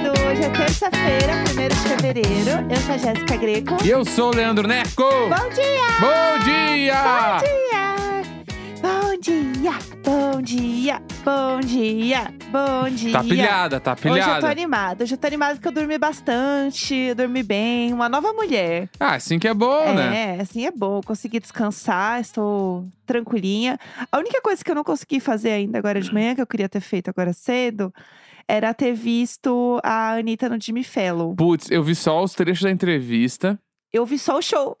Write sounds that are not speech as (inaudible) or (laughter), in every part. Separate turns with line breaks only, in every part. um é terça-feira, 1 de fevereiro. Eu sou a Jéssica Greco.
E eu sou o Leandro Neco.
Bom dia!
Bom dia!
Bom dia! Bom dia! Bom dia! Bom dia!
Tá pilhada, tá
Hoje eu tô
pilhada.
animada. Hoje eu tô animada porque eu dormi bastante, eu dormi bem. Uma nova mulher.
Ah, assim que é bom,
é,
né?
assim é bom. Eu Consegui descansar, estou tranquilinha. A única coisa que eu não consegui fazer ainda agora de manhã, que eu queria ter feito agora cedo, era ter visto a Anitta no Jimmy Fallon.
Putz, eu vi só os trechos da entrevista.
Eu vi só o show.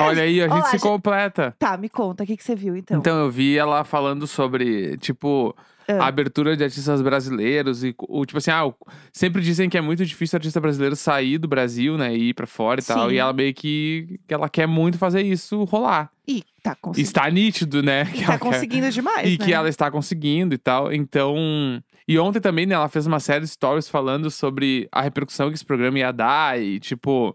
Olha
(laughs)
aí, a
Ó,
gente
a
se
gente-
completa.
Tá, me conta, o que, que você viu então?
Então, eu vi ela falando sobre, tipo,
Ah.
a abertura de artistas brasileiros e, o, tipo assim, ah, o- sempre dizem que é muito difícil o artista brasileiro sair do Brasil, né, e ir pra fora e tal.
Sim.
E ela meio que, que ela quer muito fazer isso rolar.
Ih, tá conseguindo.
Está nítido, né? que
Tá
ela quer-
conseguindo demais,
E
né?
que ela é, está conseguindo e tal. Então. E ontem também, né, ela fez uma série de stories falando sobre a repercussão que esse programa ia dar e, tipo.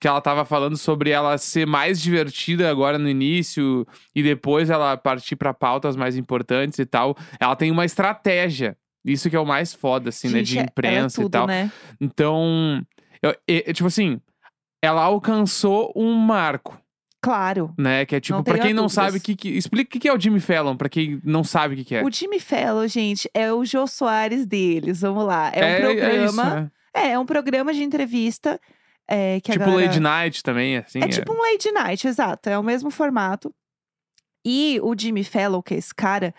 Que ela tava falando sobre ela ser mais divertida agora no início e depois ela partir pra pautas mais importantes e tal. Ela tem uma estratégia. Isso que é o mais foda, assim, né?
Gente,
De
ela é
imprensa
tudo,
e tal.
Né?
Então, eu- e- e, tipo assim, ela alcançou um marco
Claro.
né? Que é tipo,
Não
pra
tenha
quem não
dúvidas.
sabe, o que, que, explica o que que é o Jimmy Fallon, pra quem não sabe o que, que é.
O Jimmy Fallon, gente, é o Jô Soares deles. Vamos lá. É um
é isso,
programa.
né?
É, é um programa de entrevista. É, que a
Tipo
galera...
Lady Night também, assim.
É tipo um Lady Night, exato. É o mesmo formato. E o Jimmy Fallon, que é esse cara,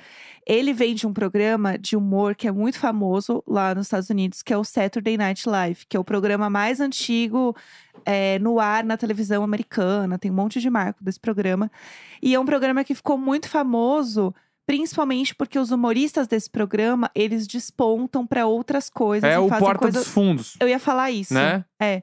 ele vem de um programa de humor que é muito famoso lá nos Estados Unidos, que é o Saturday Night Live, que é o programa mais antigo é, no ar na televisão americana. Tem um monte de marco desse programa. E é um programa que ficou muito famoso, principalmente porque os humoristas desse programa eles despontam para outras coisas.
é
e
o
fazem
Porta
coisas...
dos Fundos,
Eu ia falar isso.
né?
É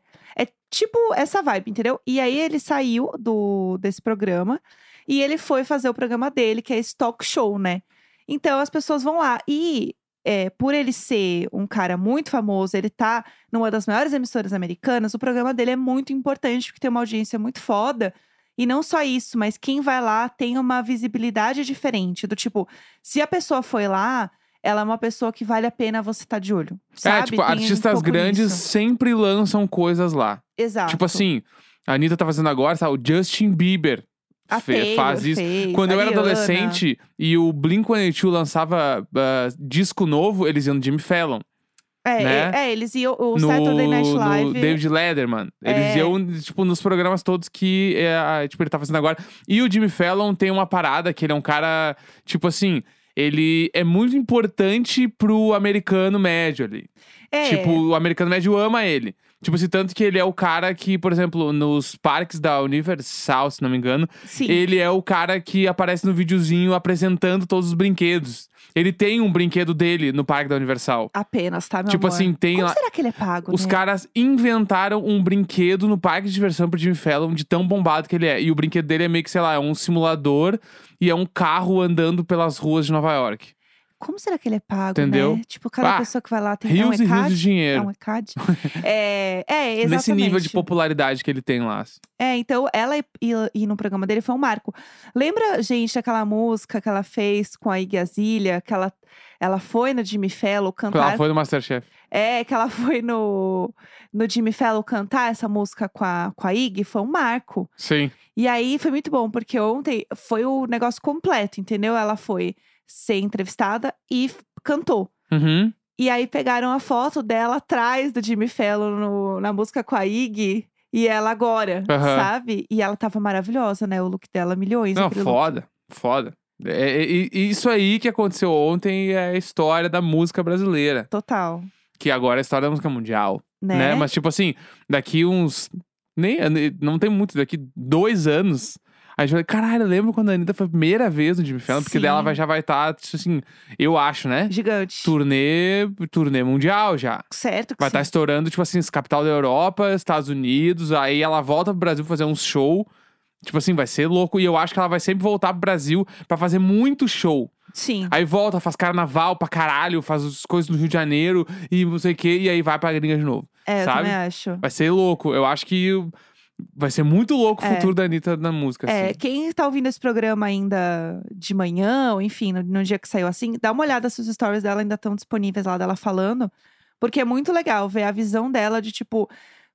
tipo essa vibe, entendeu? E aí ele saiu do desse programa e ele foi fazer o programa dele, que é esse talk show, né? Então as pessoas vão lá. E é, por ele ser um cara muito famoso, ele tá numa das maiores emissoras americanas, o programa dele é muito importante, porque tem uma audiência muito foda. E não só isso, mas quem vai lá tem uma visibilidade diferente. Do tipo, se a pessoa foi lá, ela é uma pessoa que vale a pena você estar de olho. Sabe?
É, tipo,
Tem um
artistas
pouco
grandes
nisso.
sempre lançam coisas lá.
Exato.
Tipo assim, a Anitta tá fazendo agora, sabe? O Justin Bieber
A
fe-
Taylor
faz isso.
fez,
Quando
a
eu era
Rihanna.
adolescente e o Blink-182 lançava ah, disco novo, eles iam no Jimmy Fallon.
É,
né?
é, é, eles iam. O
no,
Saturday Night
no
Live.
David Letterman. Eles
É.
iam, tipo, nos programas todos que é, a- tipo, ele tá fazendo agora. E o Jimmy Fallon tem uma parada que ele é um cara, tipo assim, ele é muito importante pro americano médio ali.
é,
Tipo, o americano médio ama ele. Tipo assim, tanto que ele é o cara que, por exemplo, nos parques da Universal, se não me engano,
sim,
ele é o cara que aparece no videozinho apresentando todos os brinquedos. Ele tem um brinquedo dele no parque da Universal.
apenas, tá, meu
tipo
amor?
assim, tem
Como
lá-
será que ele é pago?
os
né?
caras inventaram um brinquedo no parque de diversão pro Jimmy Fallon de tão bombado que ele é. E o brinquedo dele é meio que, sei lá, é um simulador e é um carro andando pelas ruas de Nova York.
Como será que ele é pago?
Entendeu?
Né? Tipo, cada
Pá,
pessoa que vai lá tem é um
rios e rios
ECAD.
de
É
dinheiro.
um
(laughs)
ECAD. é, é, exatamente.
Nesse nível de popularidade que ele tem lá. assim.
É, então ela ir, ir no programa dele foi um marco. Lembra, gente, daquela música que ela fez com a Iggy Azalea, que ela, ela foi no Jimmy Fallon
Quando ela
cantar
foi no Masterchef.
É, que ela (laughs) foi no, no Jimmy Fallon cantar essa música com a, com a Iggy, foi um marco.
Sim.
E aí foi muito bom, porque ontem foi o negócio completo, entendeu? Ela foi ser entrevistada e f- cantou.
Uhum.
E aí pegaram a foto dela atrás do Jimmy Fallon no- na música com a Iggy. E ela agora,
Aham.
sabe? E ela tava maravilhosa, né? O look dela, milhões.
Não,
aquele look.
foda. Foda. É, é, é, isso aí que aconteceu ontem é a história da música brasileira.
Total,
Que agora é a história da música mundial.
né?
né? Mas, tipo assim, daqui uns. Nem, não tem muito, daqui dois anos. A gente vai, caralho, eu lembro quando a Anitta foi a primeira vez no Jimmy Fallon, porque
Sim.
dela vai, já vai estar, assim, eu acho, né?
Gigante.
Turnê, turnê mundial já.
Certo que
Vai
sim.
estar estourando, tipo assim, capital da Europa, Estados Unidos, aí ela volta pro Brasil fazer um show. Tipo assim, vai ser louco. E eu acho que ela vai sempre voltar pro Brasil pra fazer muito show.
Sim.
Aí volta, faz carnaval pra caralho, faz as coisas no Rio de Janeiro e não sei o quê, e aí vai pra gringa de novo.
É, eu
sabe?
também acho.
Vai ser louco. Eu acho que vai ser muito louco o
É.
futuro da Anitta na música.
É,
assim.
quem tá ouvindo esse programa ainda de manhã, ou enfim, no, no dia que saiu assim, dá uma olhada se os stories dela ainda estão disponíveis lá dela falando. Porque é muito legal ver a visão dela de tipo.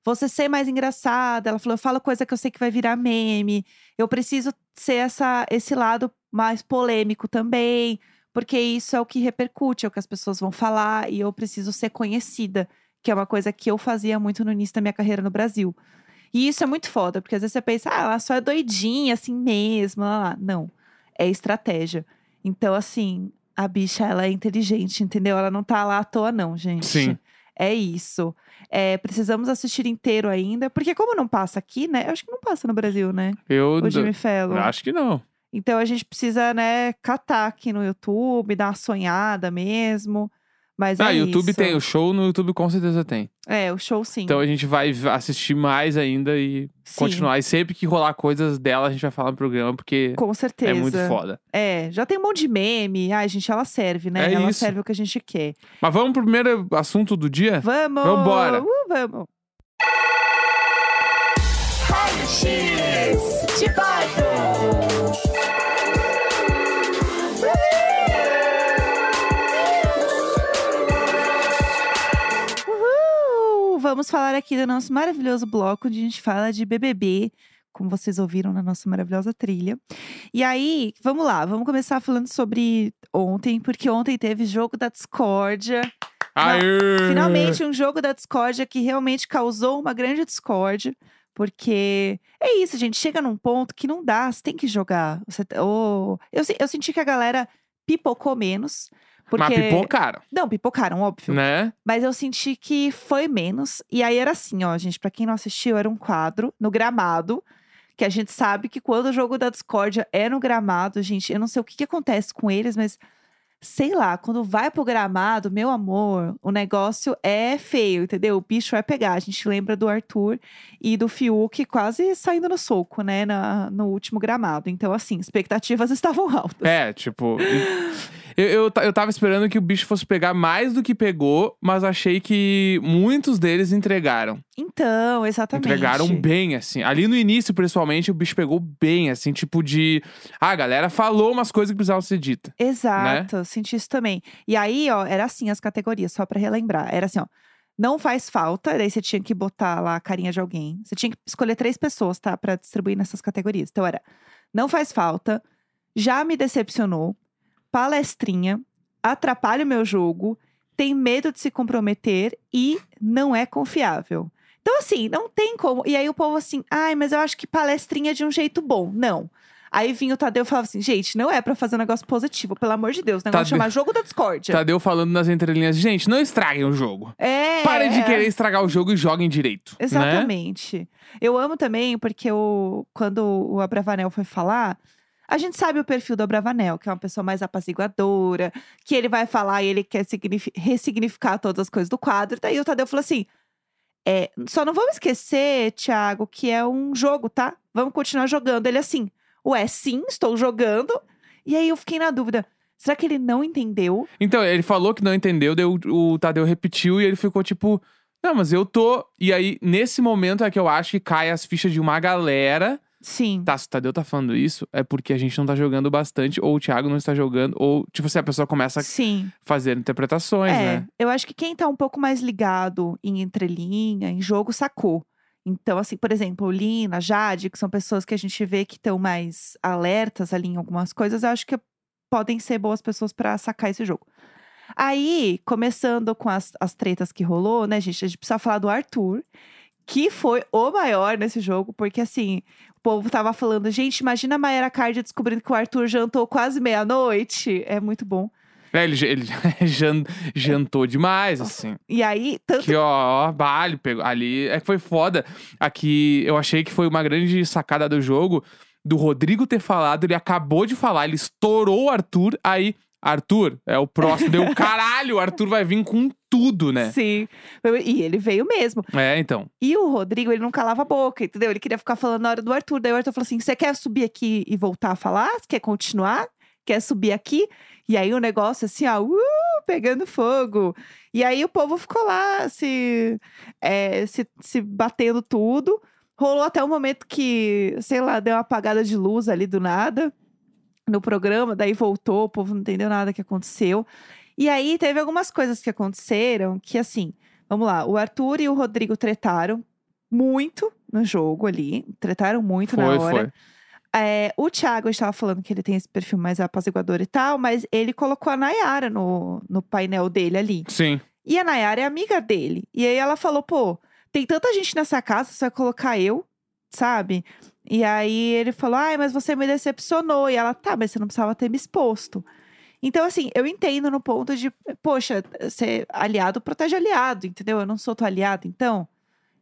Você ser mais engraçada, ela falou, eu falo coisa que eu sei que vai virar meme. Eu preciso ser essa, esse lado mais polêmico também, porque isso é o que repercute, é o que as pessoas vão falar e eu preciso ser conhecida, que é uma coisa que eu fazia muito no início da minha carreira no Brasil. E isso é muito foda, porque às vezes você pensa, ah, ela só é doidinha assim mesmo, lá, lá. Não, é estratégia. Então, assim, a bicha, ela é inteligente, entendeu? Ela não tá lá à toa, não, gente.
Sim.
É isso. É, precisamos assistir inteiro ainda, porque como não passa aqui, né? Eu acho que não passa no Brasil, né?
Eu
O
d-
Jimmy Fallon.
acho que não.
Então a gente precisa, né, catar aqui no YouTube, dar uma sonhada mesmo. Mas
ah,
é
YouTube
isso.
tem, o show no YouTube com certeza tem.
É, o show sim.
Então a gente vai v- assistir mais ainda e
sim.
continuar. E sempre que rolar coisas dela, a gente vai falar no programa, porque
Com certeza.
é muito foda.
É, já tem um monte de meme. Ai, gente, ela serve, né?
É
ela
isso.
serve o que a gente quer.
Mas vamos pro primeiro assunto do dia?
Vamos!
Vambora.
Uh, vamos! Uhul! Vamos falar aqui do nosso maravilhoso bloco onde a gente fala de BBB, como vocês ouviram na nossa maravilhosa trilha. E aí, vamos lá, vamos começar falando sobre ontem, porque ontem teve jogo da discórdia.
Aê!
Finalmente, um jogo da discórdia que realmente causou uma grande discórdia. Porque é isso, gente. Chega num ponto que não dá, você tem que jogar. Você, t- ô, eu, se- eu senti que a galera pipocou menos. Porque...
Mas pipocaram,
Não, pipocaram, óbvio.
né?
Mas eu senti que foi menos. E aí era assim, ó, gente, pra quem não assistiu, era um quadro no gramado. Que a gente sabe que quando o jogo da discórdia é no gramado, gente, eu não sei o que, que acontece com eles, mas sei lá, quando vai pro gramado, meu amor, o negócio é feio, entendeu? O bicho vai pegar. A gente lembra do Arthur e do Fiuk quase saindo no soco, né, na- no último gramado. Então, assim, expectativas (laughs) estavam altas.
É, tipo. Eu, eu, ta- eu tava esperando que o bicho fosse pegar mais do que pegou, mas achei que muitos deles entregaram.
Então, exatamente.
Entregaram bem, assim. Ali no início, principalmente, o bicho pegou bem, assim, tipo de. Ah, a galera falou umas coisas que precisavam ser ditas.
Exato, senti isso também. E aí, ó, era assim as categorias, só pra relembrar. Era assim, ó. Não faz falta, daí você tinha que botar lá a carinha de alguém. Você tinha que escolher três pessoas, tá? Pra distribuir nessas categorias. Então era não faz falta, já me decepcionou, palestrinha, atrapalha o meu jogo, tem medo de se comprometer e não é confiável. Então, assim, não tem como. E aí o povo assim, ai, mas eu acho que palestrinha é de um jeito bom. Não. Aí vinha o Tadeu e falava assim, gente, não é pra fazer um negócio positivo, pelo amor de Deus. O negócio
Tadeu- Tá
chama jogo da discórdia.
Tadeu falando nas entrelinhas, gente, não estraguem o jogo.
É.
Parem de querer estragar o jogo e joguem direito. né?
Exatamente. Eu amo também, porque o, quando o Abravanel foi falar, a gente sabe o perfil do Abravanel, que é uma pessoa mais apaziguadora, que ele vai falar e ele quer signifi- ressignificar todas as coisas do quadro. Daí o Tadeu falou assim: é, só não vamos esquecer, Thiago, que é um jogo, tá? Vamos continuar jogando. Ele assim, ué, sim, estou jogando. E aí eu fiquei na dúvida. Será que ele não entendeu?
Então, ele falou que não entendeu, daí o, o Tadeu repetiu e ele ficou tipo, não, mas eu tô. E aí, nesse momento é que eu acho que cai as fichas de uma galera.
Sim.
Tá, se o Tadeu tá falando isso, é porque a gente não tá jogando bastante, ou o Thiago não está jogando, ou, tipo, se a pessoa começa a
Sim.
fazer interpretações,
é,
né?
eu acho que quem tá um pouco mais ligado em entrelinha, em jogo, sacou. Então, assim, por exemplo, Lina, Jade, que são pessoas que a gente vê que estão mais alertas ali em algumas coisas, eu acho que podem ser boas pessoas pra sacar esse jogo. Aí, começando com as, as tretas que rolou, né, gente? A gente precisa falar do Arthur, que foi o maior nesse jogo, porque assim, o povo tava falando, gente, imagina a Mayara Card descobrindo que o Arthur jantou quase meia-noite. É muito bom.
É, ele, ja- ele (laughs) jan- jantou demais, assim.
E aí, tanto
Que ó, ó, bah, ele pegou. Ali é que foi foda. Aqui eu achei que foi uma grande sacada do jogo do Rodrigo ter falado. Ele acabou de falar, ele estourou o Arthur. Aí, Arthur, é o próximo. Deu
(laughs)
caralho, o Arthur vai vir com tudo, né?
Sim. E ele veio mesmo.
É, então.
E o Rodrigo, ele não calava a boca, entendeu? Ele queria ficar falando na hora do Arthur. Daí o Arthur falou assim: você quer subir aqui e voltar a falar? Você quer continuar? Quer subir aqui? E aí o negócio assim, ó, uh, pegando fogo. E aí o povo ficou lá se, é, se, se batendo tudo. Rolou até o momento que, sei lá, deu uma apagada de luz ali do nada no programa, daí voltou, o povo não entendeu nada que aconteceu. E aí teve algumas coisas que aconteceram que, assim, vamos lá, o Arthur e o Rodrigo tretaram muito no jogo ali. Tretaram muito Tá na
Foi,
hora.
foi.
É, o Thiago estava falando que ele tem esse perfil mais apaziguador e tal, mas ele colocou a Nayara no, no painel dele ali.
Sim.
E a Nayara é amiga dele. E aí ela falou: pô, tem tanta gente nessa casa, você vai colocar eu, sabe? E aí ele falou: ai, mas você me decepcionou. E ela: tá, mas você não precisava ter me exposto. Então, assim, eu entendo no ponto de, poxa, ser aliado protege aliado, entendeu? Eu não sou tua aliada, então.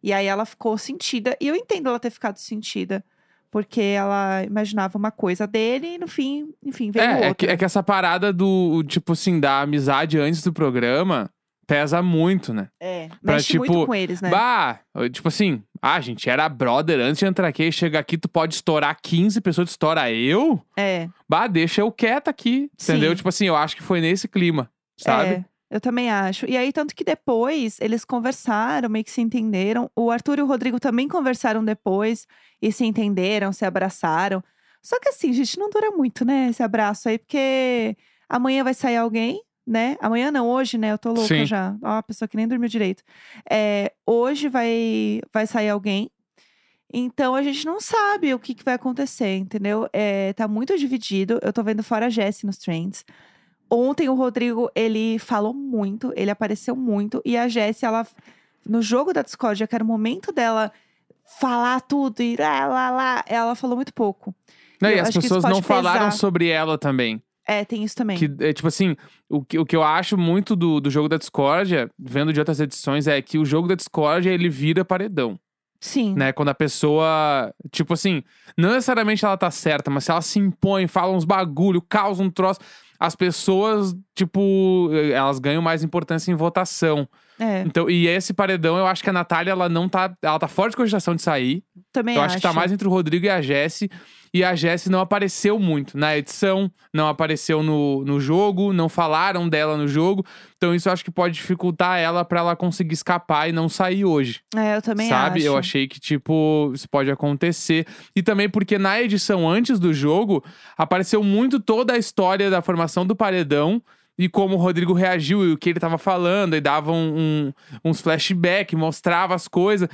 E aí ela ficou sentida. E eu entendo ela ter ficado sentida. Porque ela imaginava uma coisa dele e no fim, enfim, veio
É, é que,
outra.
é que essa parada do, tipo assim, da amizade antes do programa pesa muito, né?
É, mexe
pra, tipo,
muito com eles, né?
Bah, tipo assim, ah, gente, era brother antes de entrar aqui, aí chega aqui, tu pode estourar 15 pessoas, tu estoura eu?
É.
Bah, deixa eu quieto aqui,
Sim.
entendeu? Tipo assim, eu acho que foi nesse clima, sabe?
É, eu também acho. E aí, tanto que depois eles conversaram, meio que se entenderam. O Arthur e o Rodrigo também conversaram depois e se entenderam, se abraçaram. Só que assim, gente, não dura muito, né? Esse abraço aí, porque amanhã vai sair alguém, né? Amanhã não, hoje, né? Eu tô louca
Sim.
já. Ó, a pessoa que nem dormiu direito. É, hoje vai, vai sair alguém. Então a gente não sabe o que, que vai acontecer, entendeu? É, tá muito dividido. Eu tô vendo fora a Jess nos trends. Ontem o Rodrigo, ele falou muito, ele apareceu muito. E a Jess, ela, no jogo da discórdia, que era o momento dela falar tudo e lá, lá, lá, ela falou muito pouco.
Não,
eu
e as
acho que isso
pessoas
pode
não
pesar.
falaram sobre ela também.
É, tem isso também.
Que, é, tipo assim, o que, o que eu acho muito do, do jogo da discórdia, vendo de outras edições, é que o jogo da discórdia, ele vira paredão,
Sim.
né? Quando a pessoa, tipo assim, não necessariamente ela tá certa, mas se ela se impõe, fala uns bagulho, causa um troço, as pessoas, tipo, eh, elas ganham mais importância em votação.
É,
Então, e esse paredão, eu acho que a Natália, ela não tá, ela tá forte de cogitação de sair.
também
Eu acho que tá mais entre o Rodrigo e a Jesse. E a Jesse não apareceu muito na edição, não apareceu no, no jogo, não falaram dela no jogo. Então isso eu acho que pode dificultar ela pra ela conseguir escapar e não sair hoje.
É, eu também
sabe?
acho.
Eu achei que, tipo, isso pode acontecer. E também porque na edição antes do jogo, apareceu muito toda a história da formação do paredão. E como o Rodrigo reagiu e o que ele tava falando, e dava um- um- uns flashback, mostrava as coisas.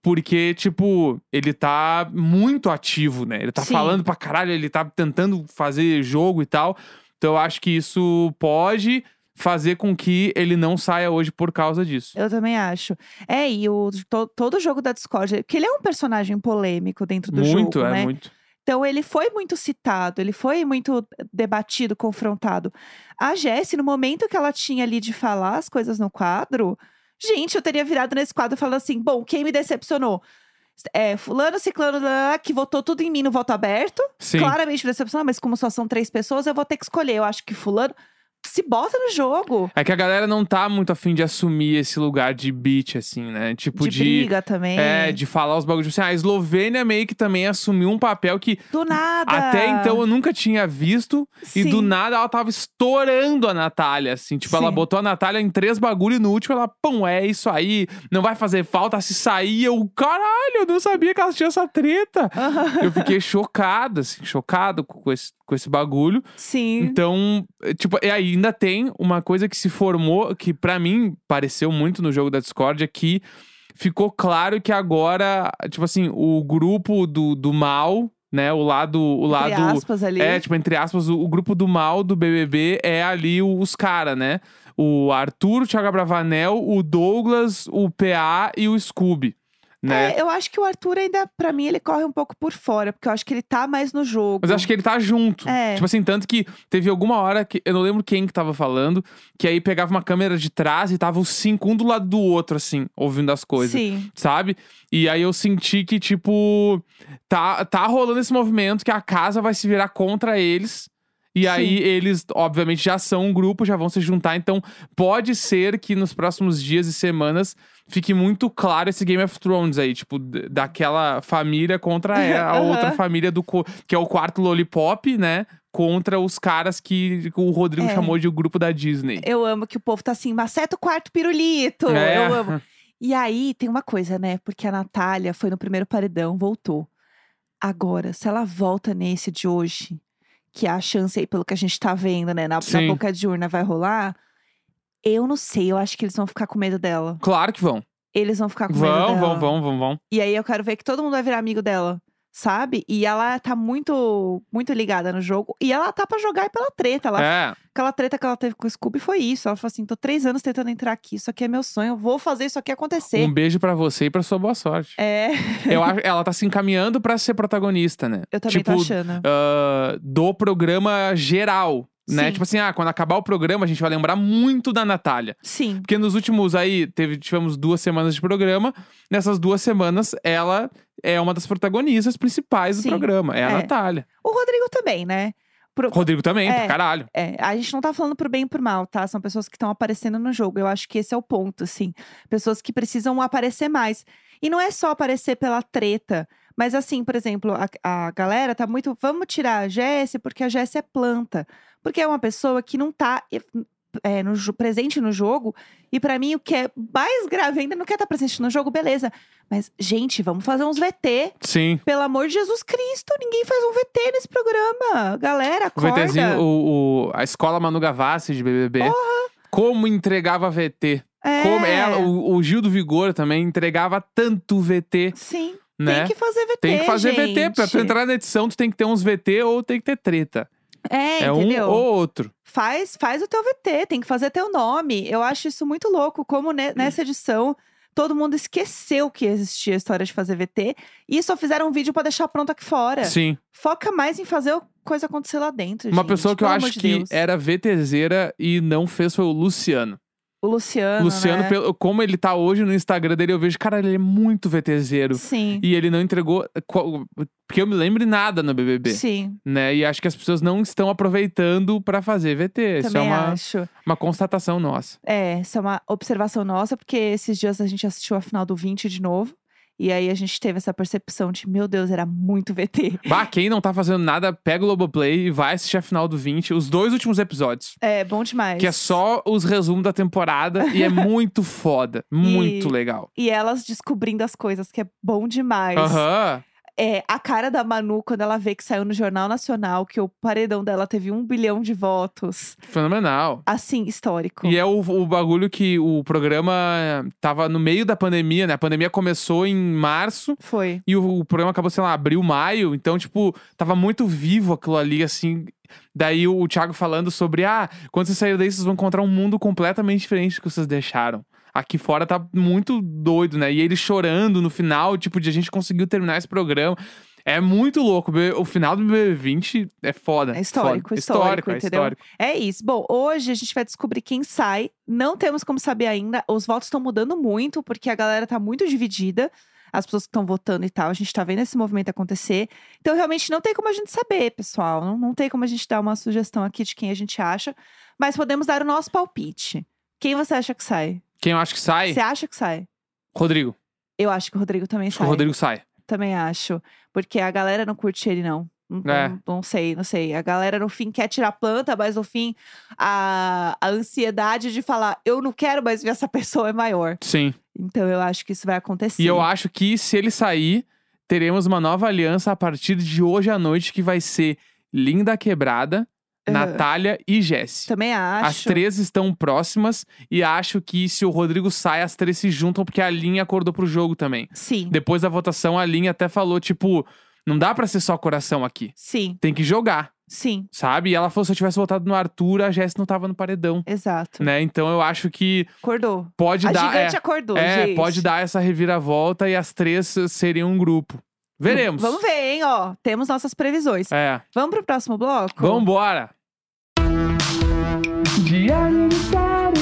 Porque, tipo, ele tá muito ativo, né? Ele tá
Sim.
falando pra caralho, ele tá tentando fazer jogo e tal. Então, eu acho que isso pode fazer com que ele não saia hoje por causa disso.
Eu também acho. É, e o, to- todo o jogo da discórdia, porque ele é um personagem polêmico dentro do
muito,
jogo,
é
né?
muito.
Então ele foi muito citado, ele foi muito debatido, confrontado. A Jessie, no momento que ela tinha ali de falar as coisas no quadro, gente, eu teria virado nesse quadro falando assim: bom, quem me decepcionou? É, fulano, ciclano, lá, lá, que votou tudo em mim no voto aberto.
Sim.
Claramente me decepcionou, mas como só são três pessoas, eu vou ter que escolher. Eu acho que fulano se bota no jogo.
É que a galera não tá muito afim de assumir esse lugar de bitch, assim, né? Tipo
De,
de.
briga né? também.
É, de falar os bagulhos. Tipo assim, a Eslovênia meio que também assumiu um papel que
Do nada.
até então eu nunca tinha visto. E do
Sim.
nada ela tava estourando a Natália, assim. Tipo, ela
Sim.
botou a Natália em três bagulho e no último ela, pão, é isso aí, não vai fazer falta. Se sair, eu, caralho, eu não sabia que ela tinha essa treta.
Aham.
Eu fiquei (laughs) chocado, assim, chocado com esse, com esse bagulho.
Sim.
Então, eh, tipo, e ainda tem uma coisa que se formou, que pra mim pareceu muito no jogo da Discord, é que ficou claro que agora, tipo assim, o grupo do, do mal, né? O lado. O
Entre
lado
aspas ali.
é, tipo, entre aspas, o, o grupo do mal do BBB é ali o- os caras, né? O Arthur, o Thiago Bravanel, o Douglas, o PA e o Scooby, né?
É, eu acho que o Arthur ainda, pra mim, ele corre um pouco por fora, porque eu acho que ele tá mais no jogo.
Mas acho que ele tá junto.
É.
Tipo assim, tanto que teve alguma hora que. Eu não lembro quem que tava falando, que aí pegava uma câmera de trás e tava os cinco um do lado do outro, assim, ouvindo as coisas.
Sim.
Sabe? E aí eu senti que, tipo, tá, tá rolando esse movimento que a casa vai se virar contra eles. E aí eles, obviamente, já são um grupo, já vão se juntar. Então, pode ser que nos próximos dias e semanas fique muito claro esse Game of Thrones aí, tipo, d- daquela
(laughs)
família contra a a
Aham.
outra família do co- que é o quarto Lollipop, né? Contra os caras que o Rodrigo
É.
chamou de o grupo da Disney.
Eu amo que o povo tá assim, maceta o quarto pirulito.
É.
Eu amo. E aí, tem uma coisa, né? Porque a Natália foi no primeiro paredão, voltou. Agora, se ela volta nesse é de hoje, que a chance aí, pelo que a gente tá vendo, né, na, na
Sim.
boca de urna vai rolar, Eu não sei, eu acho que eles vão ficar com medo dela.
Claro que vão.
Eles vão ficar Tá com medo
Vão,
dela.
vão, vão, vão, vão.
E aí eu quero ver que todo mundo vai virar amigo dela, sabe? E ela tá muito, muito ligada no jogo. E ela tá pra jogar e pela treta. Ela,
É.
Aquela treta que ela teve com o Scooby foi isso. Ela falou assim: tô três anos tentando entrar aqui, isso aqui é meu sonho, eu vou fazer isso aqui acontecer.
Um beijo pra você e pra sua boa sorte.
É,
Eu acho, ela tá se encaminhando pra ser protagonista, né?
eu também
tipo,
tô achando.
ah, do programa geral, né?
Sim.
Tipo assim, ah, quando acabar o programa, a gente vai lembrar muito da Natália.
Sim.
Porque nos últimos aí, teve, tivemos duas semanas de programa. Nessas duas semanas, ela é uma das protagonistas principais
Sim.
do programa. É a
É.
Natália.
O Rodrigo também, né? Pro-
Rodrigo também,
É.
pra caralho.
É, a gente não tá falando pro bem e pro mal, tá? São pessoas que estão aparecendo no jogo. Eu acho que esse é o ponto, assim. Pessoas que precisam aparecer mais. E não é só aparecer pela treta. Mas assim, por exemplo, a, a galera tá muito. Vamos tirar a Jéssica, porque a Jéssica é planta. Porque é uma pessoa que não tá eh, é, no jo- presente no jogo. E pra mim, o que é mais grave ainda, não quer estar presente no jogo, beleza. Mas, gente, vamos fazer uns VT.
Sim.
Pelo amor de Jesus Cristo, ninguém faz um VT nesse programa. Galera,
O
acorda.
VTzinho, o, o- a escola Manu Gavassi de BBB. Como entregava VT.
É.
Como ela, o, o Gil do Vigor também entregava tanto VT,
Sim,
né?
tem que fazer VT.
Tem que fazer
gente.
VT. Pra tu entrar na edição, tu tem que ter uns VT ou tem que ter treta.
É,
é um
entendeu?
ou outro.
Faz, faz o teu VT, tem que fazer teu nome. Eu acho isso muito louco, como ne- nessa edição. Todo mundo esqueceu que existia a história de fazer VT e só fizeram um vídeo pra deixar pronto aqui fora.
Sim.
Foca mais em fazer a coisa acontecer lá dentro.
Uma
gente,
pessoa que eu
pelo
acho
amor de
que é
Deus.
era VTZera e não fez foi o Luciano.
O Luciano.
Luciano,
né?
pelo- como ele tá hoje no Instagram dele, eu vejo, cara, ele é muito VTZero.
Sim.
E ele não entregou. qual- Porque eu me lembre nada no BBB,
Sim,
né? E acho que as pessoas não estão aproveitando pra fazer VT. Isso é
também
uma,
acho.
uma constatação nossa.
É, isso é uma observação nossa, porque esses dias a gente assistiu a final do 20 de novo. E aí a gente teve essa percepção de, meu Deus, era muito VT.
Bah, quem não tá fazendo nada, pega o Globoplay e vai assistir a final do 20, os dois últimos episódios.
(laughs) É, bom demais.
Que é só os resumos da temporada
(laughs)
e é muito foda. Muito
E-
legal.
E elas descobrindo as coisas, que é bom demais.
Aham.
É, a cara da Manu, quando ela vê que saiu no Jornal Nacional, que o paredão dela teve um bilhão de votos.
Fenomenal.
Assim, histórico.
E é o, o bagulho que o programa tava no meio da pandemia, né? A pandemia começou em março
Foi.
e o, o programa acabou, sei lá, abril, maio. Então, tipo, tava muito vivo aquilo ali, assim. Daí o, o Thiago falando sobre, ah, quando vocês saírem daí, vocês vão encontrar um mundo completamente diferente do que vocês deixaram. Aqui fora tá muito doido, né? E ele chorando no final, tipo, de a gente conseguiu terminar esse programa. É muito louco. O final do BB20 é foda.
É histórico,
foda.
histórico,
é
entendeu?
histórico.
É isso. Bom, hoje a gente vai descobrir quem sai. Não temos como saber ainda. Os votos estão mudando muito, porque a galera tá muito dividida. As pessoas que estão votando e tal, a gente tá vendo esse movimento acontecer. Então, realmente, não tem como a gente saber, pessoal. Não, não tem como a gente dar uma sugestão aqui de quem a gente acha. Mas podemos dar o nosso palpite. Quem você acha que sai?
Quem eu acho que sai?
Você acha que sai?
Rodrigo.
Eu acho que o Rodrigo também
Acho que
sai.
o Rodrigo sai.
Também acho. Porque a galera não curte ele, não. Não,
É.
não- não sei, não sei. A galera no fim quer tirar planta, mas no fim a, a ansiedade de falar eu não quero mais ver essa (laughs) pessoa é maior.
Sim.
Então eu acho que isso vai acontecer.
E eu acho que se ele sair, teremos uma nova aliança a partir de hoje à noite, que vai ser Linda Quebrada,
Aham.
Natália e Jesse.
Também É. Então, acho.
As três estão próximas e acho que se o Rodrigo sai, as três se juntam, porque a linha acordou pro jogo também.
Sim,
Depois da votação, a linha até falou: tipo, não dá pra ser só coração aqui.
sim,
Tem que jogar,
sim.
sabe? E ela falou: se eu tivesse votado no Arthur, a Jesse não tava no paredão.
Exato.
Né? Então eu acho que
Acordou.
pode
a
dar. é.
gigante acordou,
É,
gente.
pode dar essa reviravolta e as três eh, seriam um grupo. Veremos.
Vamos ver, hein, ó. Temos nossas previsões.
É.
Vamos pro próximo bloco?
Vambora! Diário de Sari.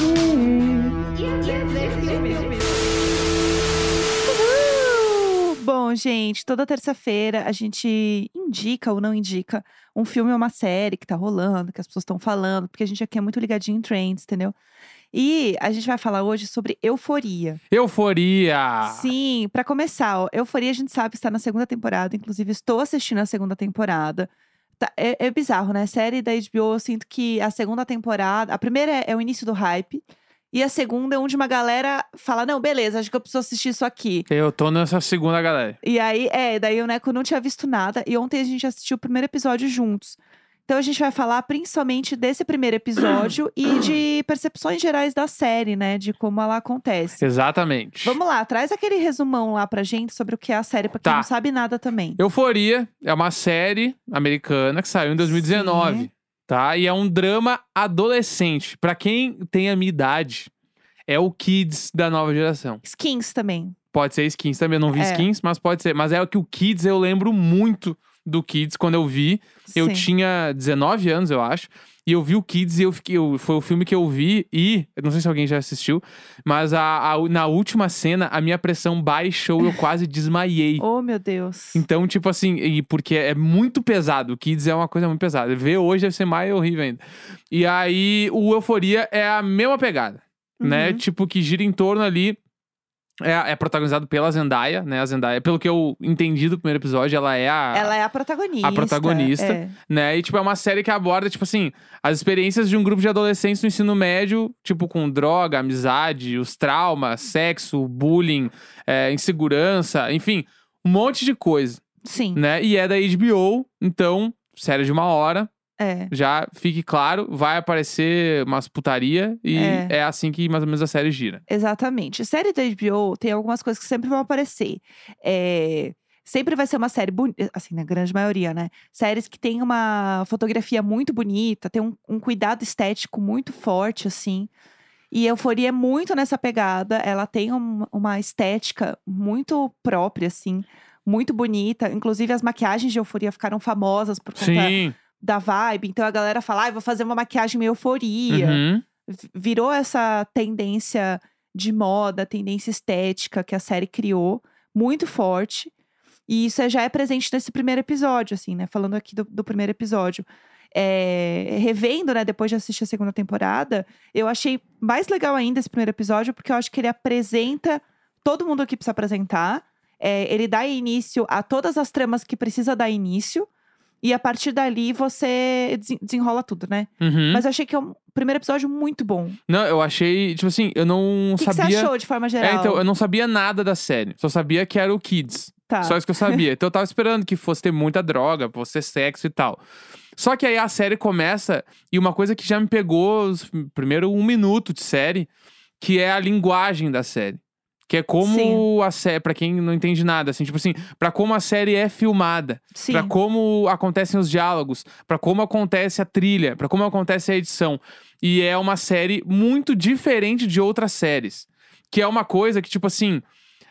Uhul! Bom, gente, toda terça-feira a gente indica ou não indica um filme ou uma série que tá rolando, que as pessoas estão falando, porque a gente aqui é muito ligadinho em trends, entendeu? E a gente vai falar hoje sobre euforia.
Euforia!
Sim, pra começar, ó, euforia a gente sabe está na segunda temporada, inclusive estou assistindo a segunda temporada. Tá- é, é bizarro, né? Série da HBO, eu sinto que a segunda temporada. A primeira é, é o início do hype. E a segunda é onde uma galera fala: não, beleza, acho que eu preciso assistir isso aqui.
Eu tô nessa segunda, galera.
E aí, é, daí o Neco não tinha visto nada. E ontem a gente assistiu o primeiro episódio juntos. Então a gente vai falar principalmente desse primeiro episódio e de percepções gerais da série, né? De como ela acontece.
Exatamente.
Vamos lá, traz aquele resumão lá pra gente sobre o que é a série, pra quem
Tá.
não sabe nada também.
Euforia é uma série americana que saiu em 2019,
Sim.
tá? E é um drama adolescente. Pra quem tem a minha idade, é o Kids da nova geração.
Skins também.
Pode ser Skins também, eu não vi
É.
Skins, mas pode ser. Mas é o que o Kids eu lembro muito do Kids quando eu vi. Eu
Sim.
tinha 19 anos, eu acho. E eu vi o Kids e eu fiquei. eu- foi o filme que eu vi e. eu Não sei se alguém já assistiu, mas a- a- na última cena a minha pressão baixou, eu
(laughs)
quase desmaiei.
Oh, meu Deus.
Então, tipo assim, e porque é muito pesado. O Kids é uma coisa muito pesada. Ver hoje deve ser mais horrível ainda. E aí, o Euforia é a mesma pegada, né?
Uhum.
Tipo, que gira em torno ali. É, é protagonizado pela Zendaya, né? A Zendaya, pelo que eu entendi do primeiro episódio, ela é a.
Ela é a protagonista.
a protagonista.
é.
Né? E, tipo, é uma série que aborda, tipo assim, as experiências de um grupo de adolescentes no ensino médio, tipo, com droga, amizade, os traumas, sexo, bullying, é, insegurança, enfim, um monte de coisa
Sim,
né? E é da HBO, então, série de uma hora,
é.
já fique claro, vai aparecer umas putaria e
É.
é, assim que mais ou menos a série gira.
Exatamente. Série da HBO tem algumas coisas que sempre vão aparecer. É, Sempre vai ser uma série bonita, assim, na grande maioria, né? Séries que tem uma fotografia muito bonita, tem um, um cuidado estético muito forte, assim. E Euforia é muito nessa pegada. Ela tem um- uma estética muito própria, assim, muito bonita. Inclusive, as maquiagens de Euforia ficaram famosas por conta
Sim.
da vibe. Então a galera fala, ah, eu vou fazer uma maquiagem meio Euforia
Uhum.
vi- virou essa tendência de moda, tendência estética que a série criou, muito forte. E isso é- já é presente nesse primeiro episódio, assim, né? Falando aqui do, do primeiro episódio. É, revendo, né, depois de assistir a segunda temporada, eu achei mais legal ainda esse primeiro episódio, porque eu acho que ele apresenta todo mundo que precisa apresentar. É, ele dá início a todas as tramas que precisa dar início. E a partir dali você desen- desenrola tudo, né?
Uhum.
Mas eu achei que é um primeiro episódio muito bom.
Não, eu achei, tipo assim, eu não
O que, que
sabia.
você achou de forma geral?
é, então, eu não sabia nada da série. Só sabia que era o Kids.
tá.
Só isso que eu
(laughs)
sabia. Então eu tava esperando que fosse ter muita droga, fosse ter sexo e tal. Só que aí a série começa, e uma coisa que já me pegou os primeiro um minuto de série, que é a linguagem da série. Que é como
Sim.
a série, pra quem não entende nada, assim, tipo assim, pra como a série é filmada,
Sim.
pra como acontecem os diálogos, pra como acontece a trilha, pra como acontece a edição. E é uma série muito diferente de outras séries. Que é uma coisa que, tipo assim,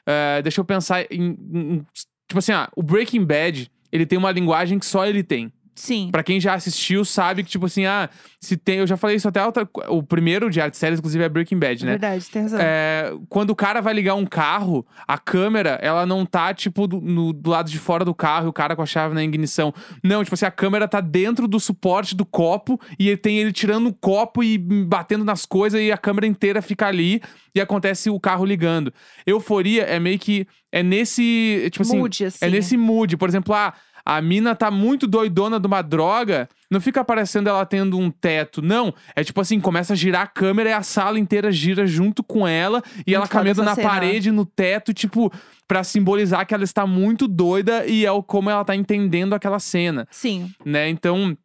ah, deixa eu pensar em, em- em- Tipo assim, ah, o Breaking Bad, ele tem uma linguagem que só ele tem.
Sim.
Pra quem já assistiu, sabe que, tipo assim, ah, se tem. Eu já falei isso até outra, o primeiro de arte série, inclusive, é Breaking Bad,
É
né?
Verdade, tem razão.
É, quando o cara vai ligar um carro, a câmera, ela não tá, tipo, do, no- do lado de fora do carro e o cara com a chave na ignição. Não, tipo assim, a câmera tá dentro do suporte do copo e ele tem ele tirando o copo e batendo nas coisas e a câmera inteira fica ali e acontece o carro ligando. Euforia é meio que. É nesse. Tipo assim.
Mood, assim.
É nesse mood. Por exemplo, ah, a mina tá muito doidona de uma droga, não fica aparecendo ela tendo um teto, não. É tipo assim, começa a girar a câmera e a sala inteira gira junto com ela e ela
foda
caminhando
essa
na
cena.
parede, no teto, tipo, pra simbolizar que ela está muito doida e é o- como ela tá entendendo aquela cena,
Sim.
né? Então,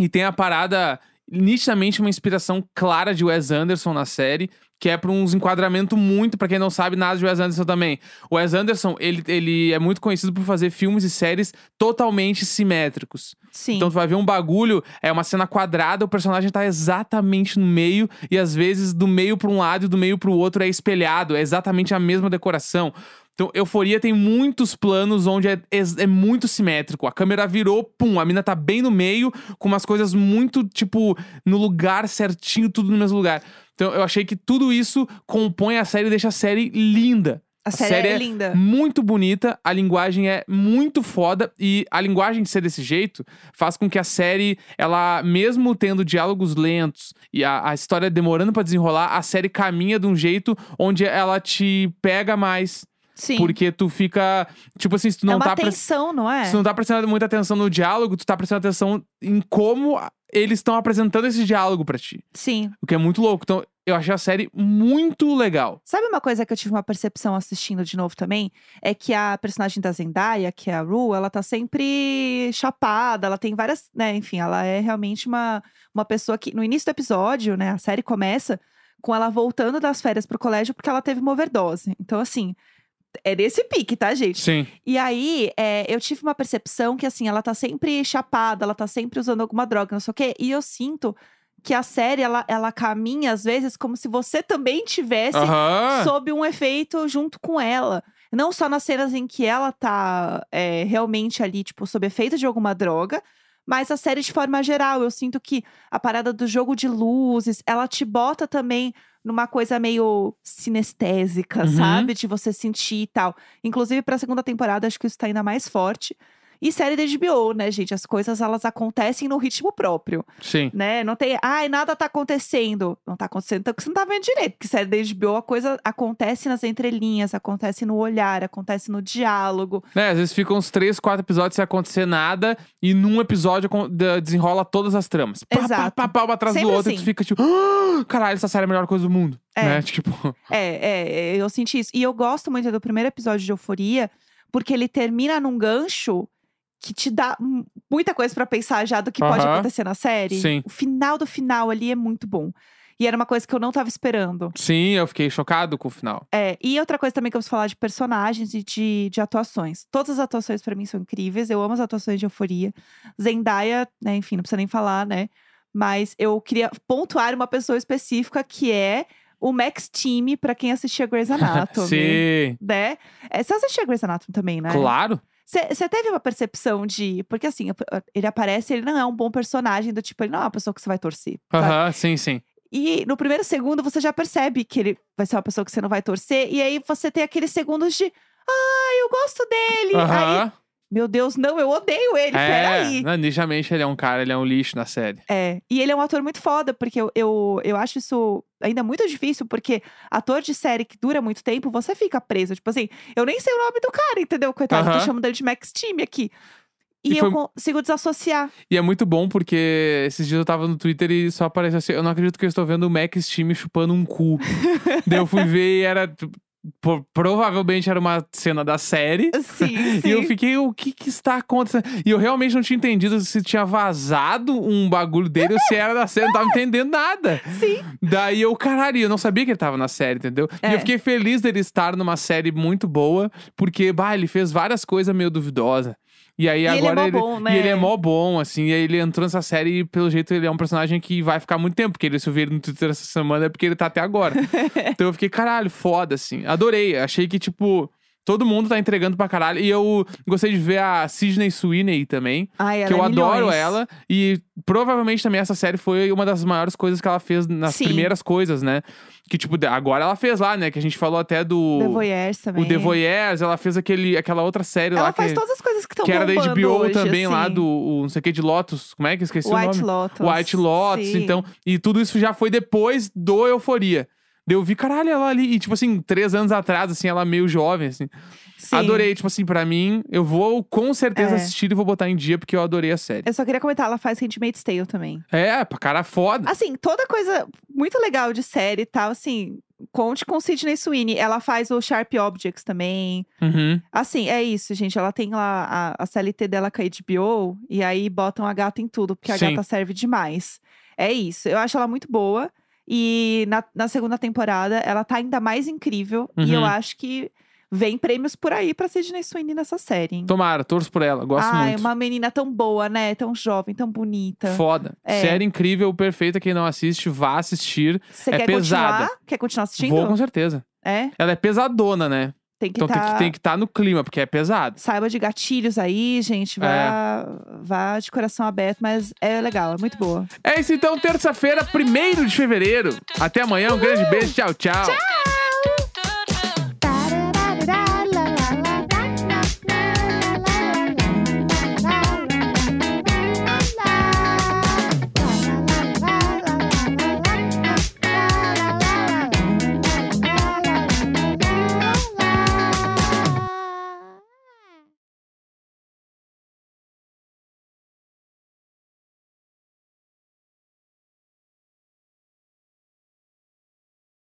e tem a parada nitidamente uma inspiração clara de Wes Anderson na série, que é para uns enquadramento muito, pra quem não sabe nada de Wes Anderson também. O Wes Anderson, ele, ele é muito conhecido por fazer filmes e séries totalmente simétricos.
Sim.
Então tu vai ver um bagulho, é uma cena quadrada, o personagem tá exatamente no meio e às vezes do meio pra um lado e do meio pro outro é espelhado, é exatamente a mesma decoração. Então, Euforia tem muitos planos onde é, ex- é muito simétrico. A câmera virou, pum, a mina tá bem no meio, com umas coisas muito, tipo, no lugar certinho, tudo no mesmo lugar. Então, eu achei que tudo isso compõe a série e deixa a série linda.
a série,
série
é,
é-
linda.
Muito bonita, a linguagem é muito foda e a linguagem ser desse jeito faz com que a série, ela mesmo tendo diálogos lentos e a, a história demorando pra desenrolar, a série caminha de um jeito onde ela te pega mais.
Sim.
Porque tu fica. Tipo assim, se tu não
é uma
tá. pres-
tensão, não é?
Se tu não tá prestando muita atenção no diálogo, tu tá prestando atenção em como a- eles estão apresentando esse diálogo pra ti.
Sim.
O que é muito louco. Então, eu achei a série muito legal.
Sabe uma coisa que eu tive uma percepção assistindo de novo também? É que a personagem da Zendaya, que é a Rue, ela tá sempre chapada, ela tem várias, né, enfim, ela é realmente uma, uma pessoa que no início do episódio, né, a série começa com ela voltando das férias pro colégio porque ela teve uma overdose. Então assim, é desse pique, tá, gente?
Sim.
E aí, é, eu tive uma percepção que, assim, ela tá sempre chapada, ela tá sempre usando alguma droga, não sei o quê. E eu sinto que a série, ela, ela caminha, às vezes, como se você também tivesse
Aham.
sob um efeito junto com ela. Não só nas cenas em que ela tá é, realmente ali, tipo, sob efeito de alguma droga, mas a série de forma geral. Eu sinto que a parada do jogo de luzes, ela te bota também numa coisa meio sinestésica,
Uhum.
sabe? De você sentir e tal. Inclusive, pra segunda temporada, acho que isso tá ainda mais forte. E série da HBO, né, gente? As coisas, elas acontecem no ritmo próprio
Sim.
né? Não tem, ai, nada tá acontecendo. Não tá acontecendo, então que você não tá vendo direito. Porque série da HBO, a coisa acontece nas entrelinhas, acontece no olhar, acontece no diálogo.
É, às vezes ficam uns três, quatro episódios sem acontecer nada, e num episódio acon- da- desenrola todas as tramas. Pá, Pá,
Exato.
pá, pá, uma atrás do
Sempre
outro, e tu
assim.
fica tipo, "Ah, caralho, essa série é a melhor coisa do mundo.
É.
Né? Tipo, (laughs)
É, é, eu senti isso. E eu gosto muito do primeiro episódio de Euforia, porque ele termina num gancho que te dá hum, muita coisa pra pensar já do que pode
Aham.
acontecer na série.
Sim.
O final do final ali é muito bom. E era uma coisa que eu não tava esperando.
sim, eu fiquei chocado com o final.
É, e outra coisa também que eu preciso falar de personagens e de, de atuações. Todas as atuações pra mim são incríveis. Eu amo as atuações de euforia. Zendaya, né, enfim, não precisa nem falar, né? Mas eu queria pontuar uma pessoa específica que é o Max Team, pra quem assistia
(laughs)
Grey's Anatomy.
Sim,
Né? É, você assistia Grey's Anatomy também, né?
claro.
Você teve uma percepção de. Porque assim, ele aparece, ele não é um bom personagem, do tipo, ele não é uma pessoa que você vai torcer. sabe?
Aham, sim, sim.
E no primeiro segundo você já percebe que ele vai ser uma pessoa que você não vai torcer. E aí você tem aqueles segundos de. Ah, eu gosto dele. Aí,
Aham.
meu Deus, não, eu odeio ele.
É,
Peraí.
não, inicialmente ele é um cara, ele é um lixo na série.
É. E ele é um ator muito foda, porque eu, eu, eu acho isso ainda muito difícil, porque ator de série que dura muito tempo, você fica preso. Tipo assim, eu nem sei o nome do cara, entendeu? Coitado,
Aham.
tô chamando ele de Max Time aqui. E,
E
eu
foi- um
consigo desassociar. (laughs)
E é muito bom porque esses dias eu tava no Twitter e só apareceu assim: eu não acredito que eu estou vendo o Max time chupando
(laughs)
um cu. Daí eu fui ver e era. tipo, po- Provavelmente era uma cena da série.
Sim, sim.
E eu fiquei, o que que está acontecendo? E eu realmente não tinha entendido se tinha vazado um bagulho dele ou se era da série, eu não tava entendendo nada.
Sim.
Daí eu, caralho, eu não sabia que ele tava na série, entendeu? E eu
É.
fiquei feliz dele estar numa série muito boa, porque, bah, ele fez várias coisas meio duvidosas. E aí
E ele é
agora
mó bom, né?
E ele é mó bom, assim. E aí ele entrou nessa série e, pelo jeito, ele é um personagem que vai ficar muito tempo. Porque ele, se eu vi ele no Twitter essa semana, é porque ele tá
(laughs)
até agora. então eu fiquei, caralho, foda, assim. Adorei. Achei que, tipo, todo mundo tá entregando pra caralho. E eu gostei de ver a Sidney Sweeney também.
Ai, ela
que eu
é
adoro
milhões.
ela. E provavelmente também essa série foi uma das maiores coisas que ela fez nas
Sim.
primeiras coisas, né? Que, tipo, agora ela fez lá, né? Que a gente falou até do.
The Voyeurs também.
o The Voyeurs, ela fez aquele, aquela outra série
Ela
lá
faz
que
todas as coisas que estão
que era da
bombando
HBO
hoje,
também, lá
assim.
do o não sei o que de Lotus. Como é que eu esqueci o
White
nome?
Lotus.
White Lotus,
Sim.
então. E tudo isso já foi depois do Euforia. Daí Eu vi, caralho, ela ali. E, tipo assim, três anos atrás, assim, ela meio jovem, assim.
Sim.
Adorei, tipo assim, pra mim, eu vou com certeza
É.
assistir e vou botar em dia, porque eu adorei a série.
Eu só queria comentar, ela faz Handmaid's Tale também.
É, pra cara foda.
Assim, toda coisa muito legal de série e tal, assim, conte com Sidney Sweeney. Ela faz o Sharp Objects também.
Uhum.
Assim, é isso, gente. Ela tem lá a, a CLT dela com a HBO, e aí botam a gata em tudo, porque a
Sim.
gata serve demais. É isso. Eu acho ela muito boa. E na, na segunda temporada, ela tá ainda mais incrível. E eu
Uhum.
acho que vem prêmios por aí pra Sidney Sweeney nessa série, hein?
Tomara, torço por ela, gosto
Ai,
muito.
uma menina tão boa, né? Tão jovem, tão bonita.
Foda.
É.
Série incrível, perfeita. Quem não assiste, vá assistir.
Você
é
quer
pesada.
continuar? Quer continuar assistindo?
Vou com certeza.
É?
Ela é pesadona, né?
Tem que
então tem
tá...
que- tem que estar no clima, porque é pesado.
Saiba de gatilhos aí, gente. Vá, vá de coração aberto, mas é legal, é muito boa.
É isso então, terça-feira, 1 de fevereiro. Até amanhã, um grande beijo, tchau, tchau.
Tchau!